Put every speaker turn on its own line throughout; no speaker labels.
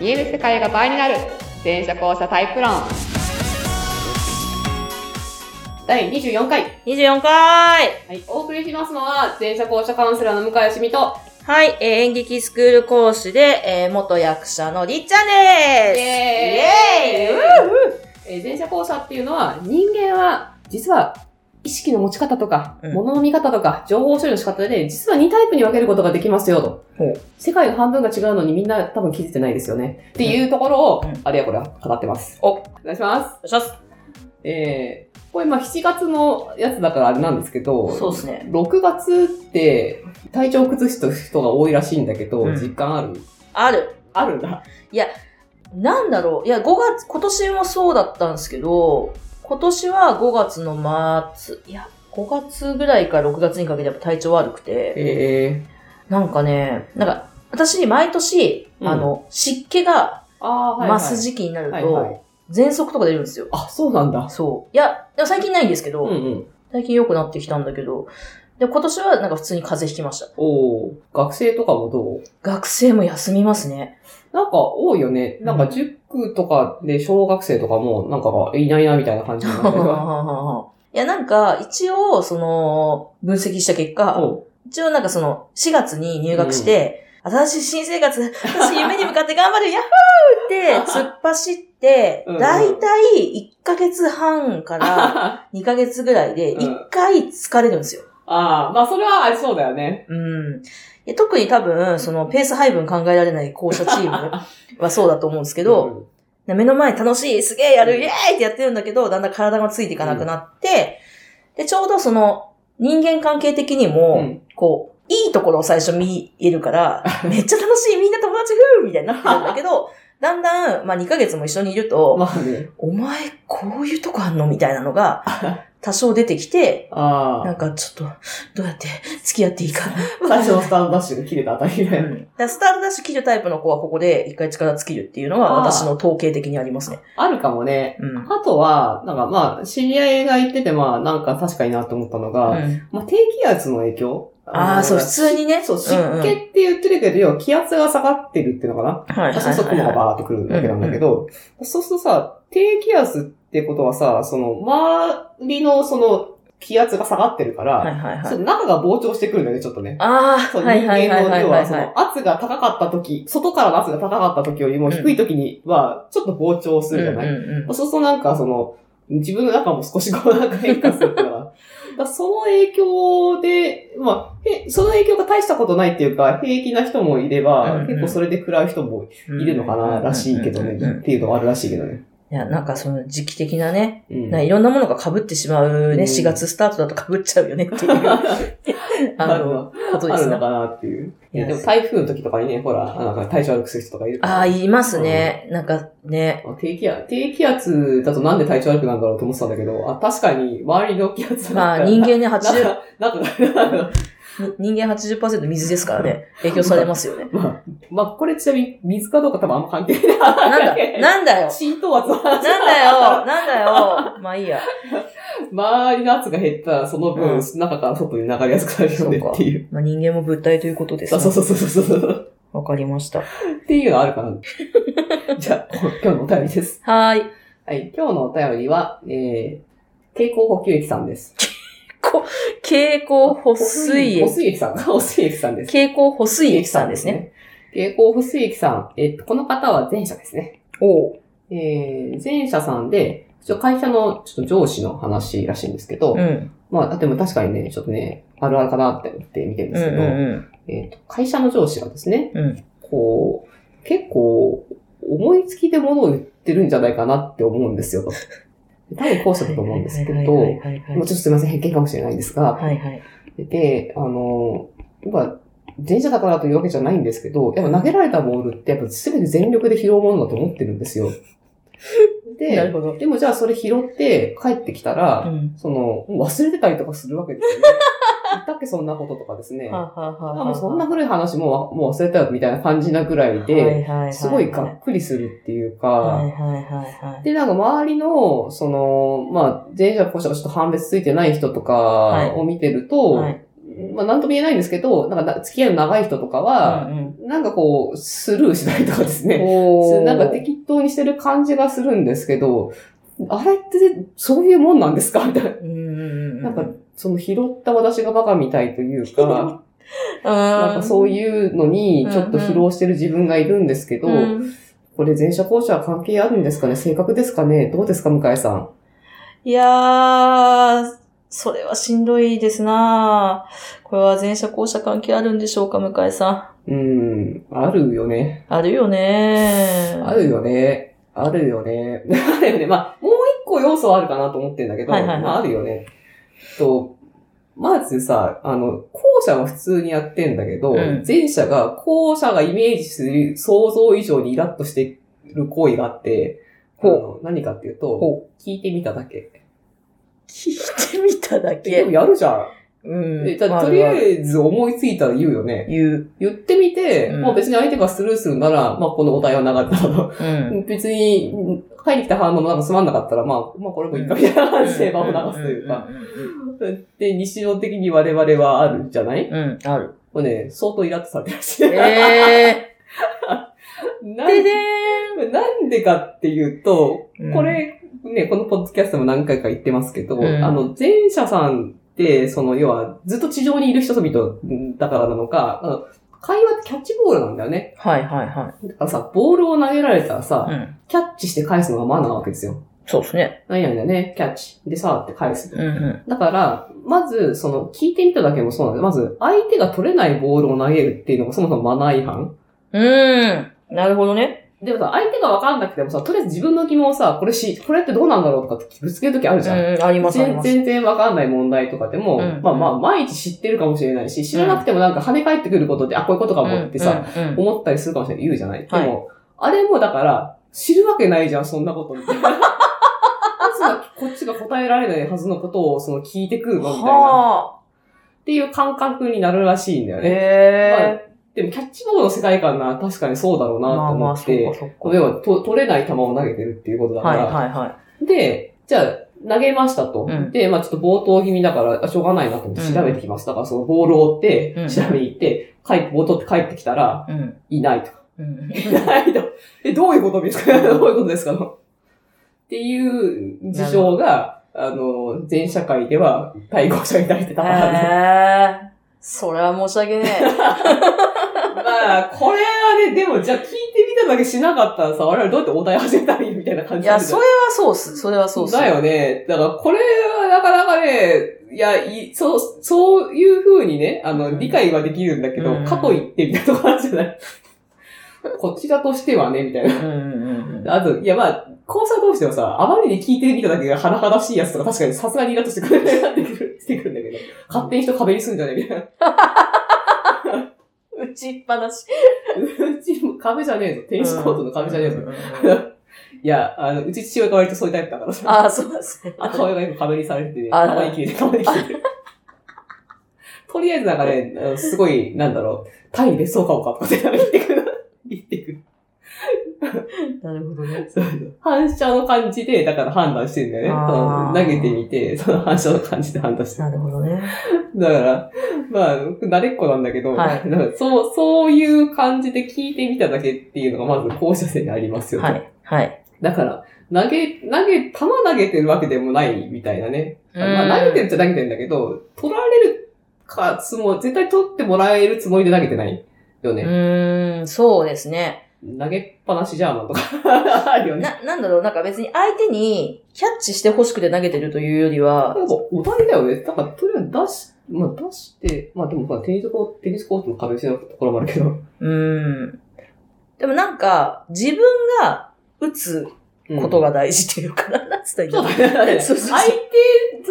見える世界が倍になる全社交差タイプ論第24回、
24回
はい、お送りしますのは全社交社カウンセラーの向井しみと
はい、えー演劇スクール講師で、えー元役者のりっちゃんです
イエーイ
イエーイ
えー前者交差っていうのは、人間は、実は、意識の持ち方とか、
うん
物の見方とか、情報処理の仕方で、実は2タイプに分けることができますよ、と
ほう。
世界の半分が違うのにみんな多分気づいてないですよね。っていうところを、
うん
あれやこれは語ってます。
お
お願いします。
お願いします
えー、これまあ7月のやつだからあれなんですけど、
そうですね。
6月って体調崩す人が多いらしいんだけど、
うん
実感ある
ある。
あるんだ。
なんだろう。いや、5月、今年もそうだったんですけど、今年は5月の末、いや、5月ぐらいから6月にかけてやっぱ体調悪くて、
えー、
なんかね、なんか、私、毎年、
うん
あの、湿気が
あーはい、は
増
い。
す時期になると、
はいはい
喘息とか出るんですよ。
あ、そうなんだ。
そう。いや、でも最近ないんですけど、
うんうん。
最近良くなってきたんだけど、で、今年はなんか普通に風邪ひきました。
おお、学生とかもどう
学生も休みますね。
なんか多いよね。なんか塾とかで小学生とかもなんかいないなみたいな感じになったりとか
いや、なんか、一応、その、分析した結果、
おう
一応なんかその、4月に入学して、新しい新 生活、私夢に向かって頑張る、ヤッホーって突っ走って
うんう、ん
だいたい1ヶ月 半から
あ
2ヶ月ぐらいで、
うん
1回疲れるんですよ。
あ、まあそれはありそうだよね。
うん。いや特に多分、その、ペース配分考えられない校舎チームはそうだと思うんですけ
け
ど、、で目の前楽しい、すげえやる、イエーイってやってるんだけど、だんだん体がついていかなくなって、で、ちょうどその、人間関係的にも、
うん
こう、いいところを最初見え るから、めっちゃ楽しい、みんな友達ふーみたいになってるんだけど、だんだん、まあ2ヶ月も一緒にいると、
まあね。
お前、こういうとこあんのみたいなの が、多少出てきて、
あ
な
あ。
んかちょっと、どうやって付き合っていい か。
最初のスタートダッシュが切れたあた りだよね。
だからスタートダッシュ切るタイプの子はここで一回力尽きるっていうのは
あー
私の統計的にありますね。
あるかもね。
うん。
あとは、なんかまあ、知り合いが言ってて、まあ、なんか確かになと思ったのが、
うん
まあ、低気圧の影響
ああ、そう、普通にね。
そう、湿
んん
気って言ってるけど、要は気圧が下がってるっていうのかな
はいはい
そうすると雲がバーってくるだけなんだけど、そうするとさ、低気圧ってことはさ、その、周りのその、気圧が下がってるから、
はいはいは
そ
い。
の中が膨張してくるんだよね、ちょっとね。
ああ、
そう、
はい
人
はいは
間
い
の、
はい
要
は
は、
い
そ
はい。
の、圧が高かった時、外からの圧が高かった時よりも低い時には、ちょっと膨張するじゃない、
うんうんうん
そうするとなんか、その、自分の中も少しこうなんか変化するっていう のがだからその影響で、まあ、へその影響が大したことないっていうか、平気な人もいれば、
うんうん
結構それで食らう人もいるのかな、らしいけどね
うんうんうんう。ん
っていうのがあるらしいけどね。
いや、なんかその時期的なね、
うん。
なんかいろんなものが被ってしまう
うん
ね、4月スタートだと被っちゃうよねっていう あの、ことで
あ
す
る
ね
の。かなっていう。
い
い
や
やでも台風の時とかにね、ほら、なんか体調悪くする人とかいるから
ああ、いますね。なんかね、
低気圧、低気圧だとなんで体調悪くなるんだろうと思ってたんだけど、あ、確かに周りの気圧だ
ま
か
あ
ら
人間ね、80、
なんか、なんか、。
人間80%水ですからね、影響されますよね
まあ、まあ、これちなみに水かどうか多分あんま関係ない。
なん だ、なんだよ。
浸透圧の
なん
話
だよ、なんだよ。まあいいや。
周りの圧が減ったら、その分、
うん
中から外に流れやすくなるよねっていう。
まあ人間も物体ということです
そう
ね。
そうそうそうそう。
わかりました。
っていうのあるかな。 じゃあ、今日のお便りです。
はーい。
はい、今日のお便りは、えー、蛍光補給液さんです。
蛍光補水
補
液。
水液さん。 補水液さんです。
蛍光補水液さんですね。。
蛍光補水液さん。えっと、この方は前者ですね。
おう。
えー、前者さんで、ちょっと会社のちょっと上司の話らしいんですけど、
うん。
まあ、でも確かにね、ちょっとね、あるあるかなって思って見てるん
う
で
ん
す
う
けど、
ん
えっと、会社の上司がですね、
うん
こう、結構、思いつきでものを言ってるんじゃないかなって思うん ですよ、と。多分後者だと思うんですけど、
はいはいはいはい
もうちょっとすいません、偏見かもしれないんですが、
はいはい。
で、あの、やっぱ、電車だからというわけじゃないんですけど、やっぱ投げられたボールってやっぱ全て全力で拾うものだと思ってるんですよ。
な
で、
るほど。
でもじゃあそれ拾って帰ってきたら、
うん。
その、もう忘れてたりとかするわけ ですよね。言ったっけそんなこととかですね。
はあはあはあは
あ
あ
もうそんな古い話もうもう忘れたよみたいな感じなぐらい
はい
で、
はいはいはい
すごいがっくりするっていうか、
はいはいはいはい。
で、なんか周りの、その、まあ、前者後者がちょっと判別ついてない人とか
い
を見てると、
はい
まあ、なんとも言えないんですけど、なんかな、付き合いの長い人とかは、
うん
なんかこう、スルーしないとかです
うん
ね。
おー
なんか適当にしてる感じがするんですけど、あれって、そういうもんなんですかみたいな。
うんうんうん
なんか、その拾った私がバカみたいというか、なん
な
かそう
う
いうのにちょっと疲労してる自分がいるんですけど、
うん
これ前者後者は関係あるんですかね性格ですかねどうですか向井さん。
いやー、それはしんどいですなこれは前者後者関係あるんでしょうか、向井さ
うん、あるよね。
ん。あるよね
あるよね。あるよね。 あるよね。まあ、もう一個要素はあるかなと思ってんだけど、
はいはいはい
まあ、あるよね。と、まずさ、あの、後者は普通にやってんだけど、
うん
前者が、後者がイメージする想像以上にイラッとしてる行為があって、あ
ほう
の何かっていうと、聞いてみただけ。
聞いてみただ
で
け
も。やるじゃん。
うん
えじゃあとりあえず思いついたら言うよね。
言う。
言ってみて、
うん
まあ別に相手がスルーするなら、まあこのお題はなかったの。
うん。
別に、帰ってきた反応もなんかつまんなかったら、まあ、まあこれもいいかみたいな話で場を流すというか。
んうん
で、日常的に我々はあるじゃない
うんうん。うん、ある。
もうね、相当イラッとされてるしい。
え
な
ー、
ん
でで
なんでかっていうと、
ーん。
これ、ね、このポッドキャストも何回か言ってますけど、
うん
あの、前者さんって、その、要は、ずっと地上にいる人々だからなのか、あの会話ってキャッチボールなんだよね。
はいはいは
だからさ、ボールを投げられたらさ、
い。うん。
キャッチして返すのがマナーなわけですよ。
そうですね。
何々だね、キャッチ。でさ、って返す。
うんう
だから、まず、その、聞いてみただけもそうなんで、まず、相手が取れないボールを投げるっていうのがそもそもマナー違反。
ん。うーん。なるほどね。
でもさ、相手がわかんなくてもさ、とりあえず自分の疑問をさ、これし、これってどうなんだろうとかってぶつけるときある
う
じゃん。
ん、ありますあり
全
ます。
全然わかんない問題とかでも、
うん
まあまあ、毎日知ってるかもしれないし、知らなくてもなんか跳ね返ってくることで、あ、こういうことかもってさ、
うん、うんうん
思ったりするかもしれない。言うじゃない。で
はい
も、あれもだから、知るわけないじゃん、そんなことみたいな。まずはこっちが答えられないはずのことを、その聞いてくるのみたいな。
は
っていう感覚になるらしいんだ
あ。
よね。
えー。
でもキャッチボールの世界観な、確かにそうだろうなと
まあま
思
あ、
っ
そ
て、
うかそう
要
か。
はと取れない球を投げてるっていうことだか
はい
ら。
はいは
で、じゃあ投げましたと。
うん
で、まあちょっと冒頭気味だから、あしょうがないなと思って調べてきます。だからそのボールを追って
うん、
調べに行って、帰って、ボール取って帰ってきたら、
い。うん。
いないと。
うん。
いないと。え、どういうことですかどういうことですかっていう事象が、あの、全社会では対抗者に対してたまらない。
えー。それは申し訳ね
まあ、これはね、でも、じゃあ聞いてみただけしなかったらさ、我々どうやってお題始めたらいいみたいな感
え。い
じにな
や、
るじゃ
そ
ん
れはそうっす。それはそうっす。
だよね。だから、これはなかなかね、いや、いそう、そういう風にね、あの、理解はできるんだけど、
うん
過去言ってみたいなとこあるじゃない。こちらとしてはね、みたい
うんうんうんうん。
な。あと、いや、まあ、交差同士でもさ、あまりに聞いてみただけが甚だしいやつとか確かにさすがにイラッとしてくる、なってくる、 してくるんだけど、勝手に人壁にすんじゃねえみたいな。
打ちっぱなし。
うちも壁じゃねえぞ。テニスコートの壁じゃねえぞ。
ぞ。
いや、あの、うち父親が割とそういうタイプだからさ。
ああ、そうですね。
母親が今壁にされてて、
あ
たまに消えて、たまに消えて。 とりあえずなんかね、あのすごい、なんだろう、タイに別荘買おうかとかって言ってくる。言ってくる。
なるほどね。
そう反射の感じで、だから判断してんだよね。そ
あー
の投げてみて、その反射の感じで判断して
なるほどね。
だから、まあ、慣れっこなんだけど、
はい
なんかそう、そういう感じで聞いてみただけっていうのがまず校舎生にありますよと。
はい。はい。
だから、投げ、投げ、球投げてるわけでもないみたいなね。まあ、投げてるっちゃ投げてるんだけど、取られるかつも、絶対取ってもらえるつもりで投げてないよ
う
ね。
ーん、そうですね。
投げっぱなしじゃんとか、 あるよね。
な、なんだろう、なんか別に相手にキャッチして欲しくて投げてるというよりは、
なんか、お題だよね。なんか、とりあえず出し、まあ出して、まあでもさ、テニスコート、テニスコートの壁打ちのところもあるけど。
うーん。でもなんか、自分が打つ
うん
ことが大事っていうか、 なんつったらいいんだ
そう
ろう
だね。
そうそうそう
相手、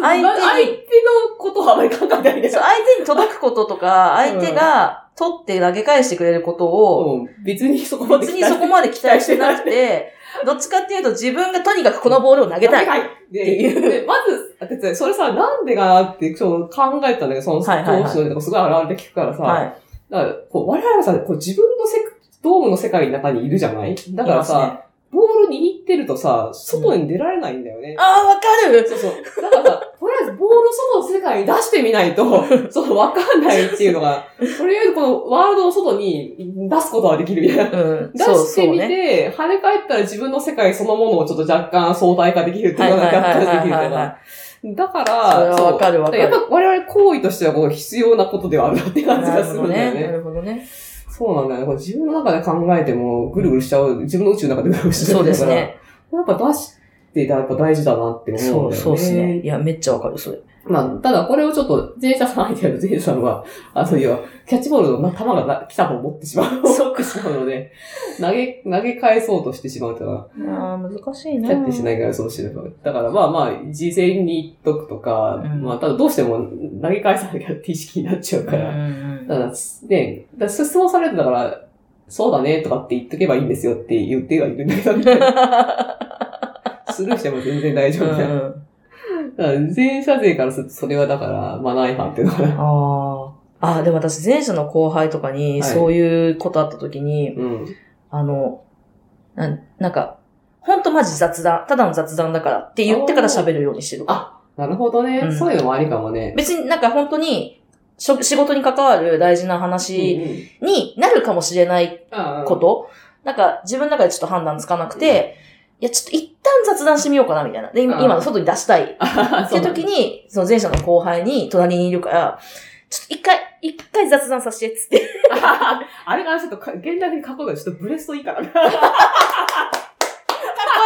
相手に
相手のことはあまり考えないで
そう。相手に届くこととか、相手が取って投げ返してくれることを、
うん別にそこまで
別にそこまで期待してなく て、どっちかっていうと自分がとにかくこのボールを投げたい。
い。で、でまず、だってそれさ、なんでかなってちょっと考えたんだけど、その
はいはいはい
投手のとかすごい現れて聞くからさ、
はい。
だからこう我々はさ、こう自分のせドームの世界の中にいるじゃないだから
います
さ、
ね、
ボール握ってるとさ、外に出られないんだよね。
ああ、わかる
そうそう。だからさ、とりあえずボボールを外の世界に出してみ ないと、そう、わかんないっていうのが、とりあえずこのワールドを外に出すことはできるみたいな。
うん。
出
そう
して
そう
み
ね。
て、跳ね返ったら自分の世界そのものをちょっと若干相対化できるっていうのが若干できるみたいな。だか
それ
ら、
は
そう
わかるわかる。
やっぱ我々行為としてはこう必要なことではあるなって感じ
な
が
る
す
ほ
るん
ど
だよ
ね。
ね。
なるほどね。
そうなんだよね。これ自分の中で考えてもぐるぐるしちゃう。自分の宇宙の中でぐるぐるしちゃ
そう
か
うで
ら。
すね。
やっぱ出してやっぱ大事だなって思うんだよね。
そう、そうですね。いや、めっちゃわかる、それ。
まあ、ただこれをちょっと、ジェイさんのアイデアのジェイさんは、あ、そういや、キャッチボールのま球がな来たと思ってしまう。
そ
ってしまうので、投げ、投げ返そうとしてしまうというのは、
ああ、難しい
キ
な。
ャッチしないからそうしてるから。だからまあまあ、事前に言っとくとか、
うん
まあ、ただどうしても投げ返さなきゃって意識になっちゃうから、
うん
だから、ね、だから質問されるんだから、そうだねとかって言っとけばいいんですよって言ってはいるんだけ ど、スルーしても全然大丈夫
う
だよ。
んうん。
だから前者税からすると、それはだから、マナー違反っていうのかな。
ああ。ああ、でも私、前者の後輩とかに、
はい
そういうことあった時に、
うん。
あの、なんなんか、ほんとマジ雑談、ただの雑談だからって言ってから喋るようにしてる。
あなるほどね。
うん
そういうのもありかもね。
別になんか本当に、しょ仕事に関わる大事な話になるかもしれないこ、
こと
なんか自分の中でちょっと判断つかなくて、いや、ちょっと一旦雑談してみようかな、みたいな。で、今、
うん
今外に出したい。っ
と。
ていう時に、その前者の後輩に隣にいるから、ちょっと一回、一回雑談させて、つって。
あれがちょっとか、現代的にかっこいいから、ちょっとブレストいいから。
かっこ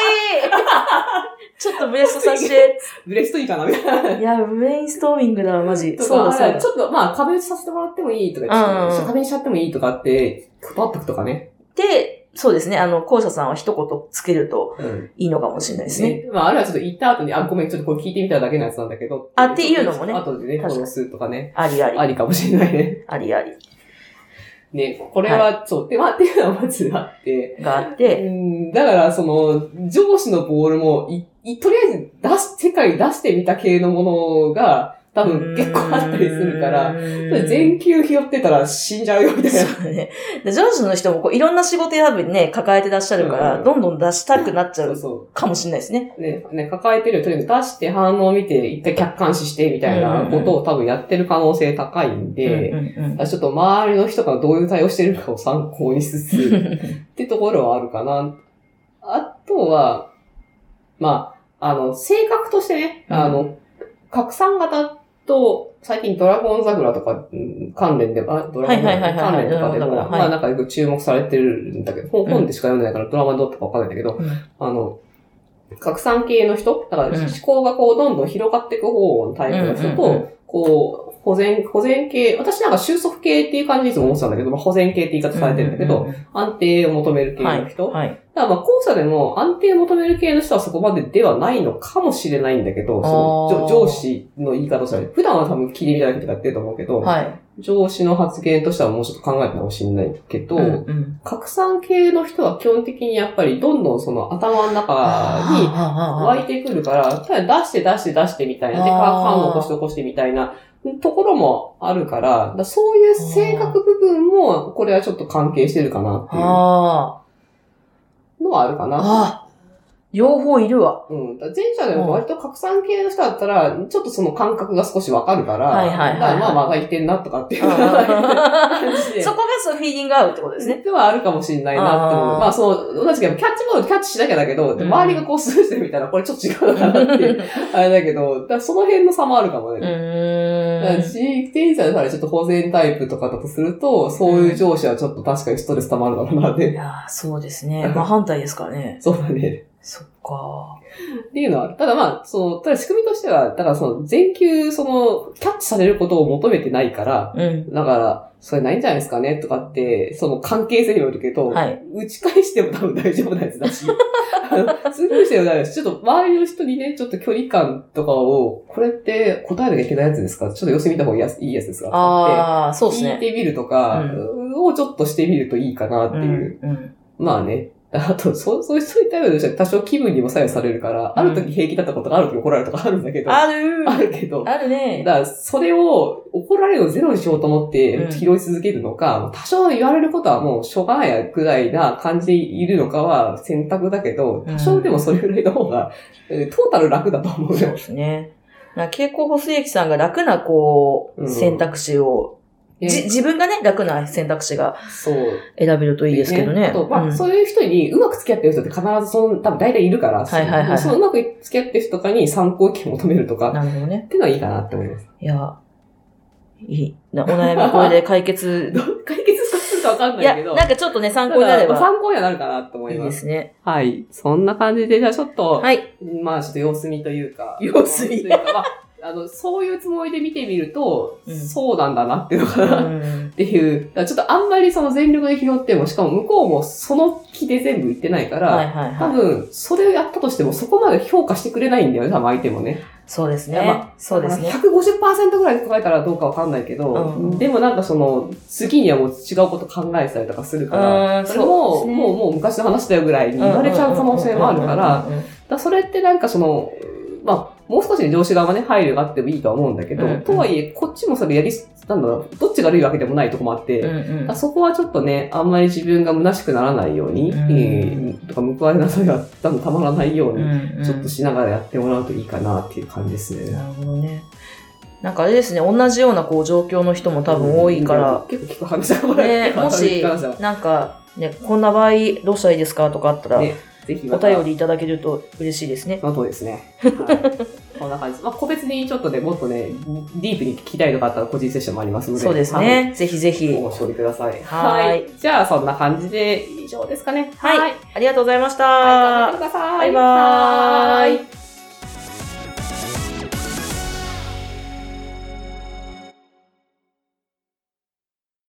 いい ちょっとブレストさせて、
ブレストいいかなみたいな。
いや、ブレインストーミングだわ、マジ。そうだ、そうだ
ち。ょっと、まあ、壁打ちさせてもらってもいいとか言って、
うんうん
ちょっと壁にしちゃってもいいとかって、配っとくとかね。
で、そうですね、あの、校舎さんは一言つけると
うん。
いいのかもしれないですね。
ね。まあ、あるいはちょっと言った後に、あ、ごめん、ちょっとこれ聞いてみただけのやつなんだけど。
あっていうのもね
後でね、
確
フ
かに
ォローするとかね。
ありあり、
ありかもしれないね。
ありあり
ね、これは、そう、で、まあ、っていうのはまずあって。
があっ
う
て、
ん、だから、その、上司のボールも、い、いとりあえず出し、世界に出してみた系のものが、多分結構あったりするから、
う
そ
ーん、
れ全球拾ってたら死んじゃうよ、みたいな。
そうね。で上司の人もこういろんな仕事選ぶにね、抱えてらっしゃるか
う
ら、
ん
どんどん出したくなっちゃ
そう
う
そ
かもしれないですね。
う。ね、ね、抱えてるよりとりあえず出して反応を見て、一回客観視して、みたいなことを多分やってる可能性高いんで、
うんうん
あちょっと周りの人がどういう対応してるかを参考にしつ
う
つ、
ん
ってところはあるかな。あとは、まあ、あの、性格としてね、
うん
あの、拡散型と、最近ドラゴン桜とかうん関連で、あドラゴン
はいはいはい
桜
は
関
い
連とかでも、
ドラゴン桜はい
まあなんかよく注目されてるんだけど、本
うん
本でしか読んでないからドラマどうとかわかんないんだけど、あの、拡散系の人、だから
うん
思考がこうどんどん広がっていく方のタイプの人と、
うんうんうん
こう、保全、保全系、私なんか収束系っていう感じでいつも思ってたんだけど、まあ、保全系って言い方されてるんだけど、
うう
安定を求める系の人。
うん、はい。
だからまあ、後者でも安定を求める系の人はそこまでではないのかもしれないんだけど、その
あー
上上司の言い方としては、普段は多分聞いてみただけとかやってると思うけど、
はい。
上司の発言としてはもうちょっと考えたかもしれないけど、
うんうん
拡散系の人は基本的にやっぱりどんどんその頭の中に湧
あ
いてくるから、ただ出して出して出してみたいな、で、か
あー
缶を起こして起こしてみたいなところもあるから、だからそういう性格部分も、これはちょっと関係してるかなって
あ
い
あ
う
あ
のはあるか
あ
な。
ああ両方い るわ。
うん。だから前者でも割と拡散系の人だったら、ちょっとその感覚が少しわかるから、
はいはいはいはい
だからまあまだ言ってんなとかっていう
うんうん
感じで。
そこがそのフィーリング合うってことですね。
ではあるかもしれないなって思
あ
う。
ー
まあ、その、同じけど、キャッチボールキャッチしなきゃだけど、で周りがこうスルーしてるみたいな、これちょっと違うのかなっていう、あれだけど、だからその辺の差もあるかも
う
ね。
ーん。
自転車でされちょっと保全タイプとかだとすると、そういう上司はちょっと確かにストレス溜まるだろうなっ
い
て。
やーそうですね。まあ反対ですからね。
そうだね。
そっか
っていうのはある、ただまあ、その、ただ仕組みとしては、だからその、全球、その、キャッチされることを求めてないから、
ー。うん。
だから、それないんじゃないですかねとかって、その関係性にもよるけど、
はい。
打ち返しても多分大丈夫なやつだ し、あのスルーしても大丈夫だし、ちょっと周りの人にね、ちょっと距離感とかを、これって答えなきゃいけないやつですかちょっと様子見た方がいいやついいやつですかとかって
ああ、そうです
聞い
ね。
てみるとか、をちょっとしてみるといいかなって
う
いう。
ん。うん
まあね。あと、そう、そういう人に対応しては多少気分にも左右されるから、
うん
ある時平気だったことがある時怒られるとかあるんだけど、
ある
あるけど、だ
あるね
か。ら、それを怒られるのをゼロにしようと思って
うん
拾い続けるのか、多少言われることはもうしょうがないやぐらいな感じでいるのかは選択だけど、多少でもそれぐらいの方が、えートータル楽だと思う
そう
よ
で。すね。なんか蛍光補水液さんが楽なこ
う
う、
ん
選択肢を、
ね
じ、自分がね、楽な選択肢が
そう。
選べるといいですけどね。
とまあ、
うん
そういう人にうまく付き合ってる人って必ずその、多分大体いるから、
はいはいはい
そのうまく付き合ってる人とかに参考意見求めるとか、
なるほどね。
っていうのはいいかなって思います。。
いや、いい。なお悩みこれで解 決
解決したするかわかん
い
ない
や、
けど、
なんかちょっとね、参考にな
た
れ
だまあ
ば
参考にはなるかなと思
い
い
い
ま。
ですすね。
はい。そんな感じで、じゃあちょっと、
はい。
まあちょっと様子見というか。
様子見
というかまあ、あの、そういうつもりで見てみると、
うん
そうなんだなっていうの
う
かな。
ん
っていう、だからちょっとあんまりその全力で拾っても、しかも向こうもその気で全部言ってないから、
はいはい
多
はい。
分、それをやったとしても、そこまで評価してくれないんだよね、多分相手もね。
そうです
いや
ね
ま。
そうですね。
150%ぐらい考えたらどうかわかんないけど、
うん
でもなんかその、次にはもう違うこと考えてたりとかするから、
うん
それも
そうです
も
ね
う、もう昔の話だよぐらいに言われちゃう可能性もあるから、だか
うんうんうんうんうんうん、
らそれってなんかその、まあ、もう少しね上司側はね、配慮があってもいいとは思うんだけど、
うんうん
とはいえ、こっちもそれやり、なんだろう、どっちが悪いわけでもないとこもあって、
うんうん
あそこはちょっとね、あんまり自分が虚しくならないように、
うん
えーとか、報われなさがたたまらないように、
うんうん
ちょっとしながらやってもらうといいかなっていう感じですね。
なるほどね。なんかあれですね、同じようなこう状況の人も多分多いから、
うん。結構聞く話だから、
ね、もし
話だか、
なんか、ね、こんな場合どうしたらいいですかとかあったら、
らね、ぜひ
お
また、
便りいただけると嬉しいですね。
その通りですね。はいこんな感じです。まあ、個別にちょっとね、もっとね、ディープに聞きたいとかあったら個人セッションもありますので。
そうです
はい。
ね。ぜひぜひ。
ご勝利ください。
はい
じゃあ、そんな感じで以上ですかね。
はい
はい。
ありがとうございまし
はい頑張ったて。くださ
バイ
い。
バーイ
イ。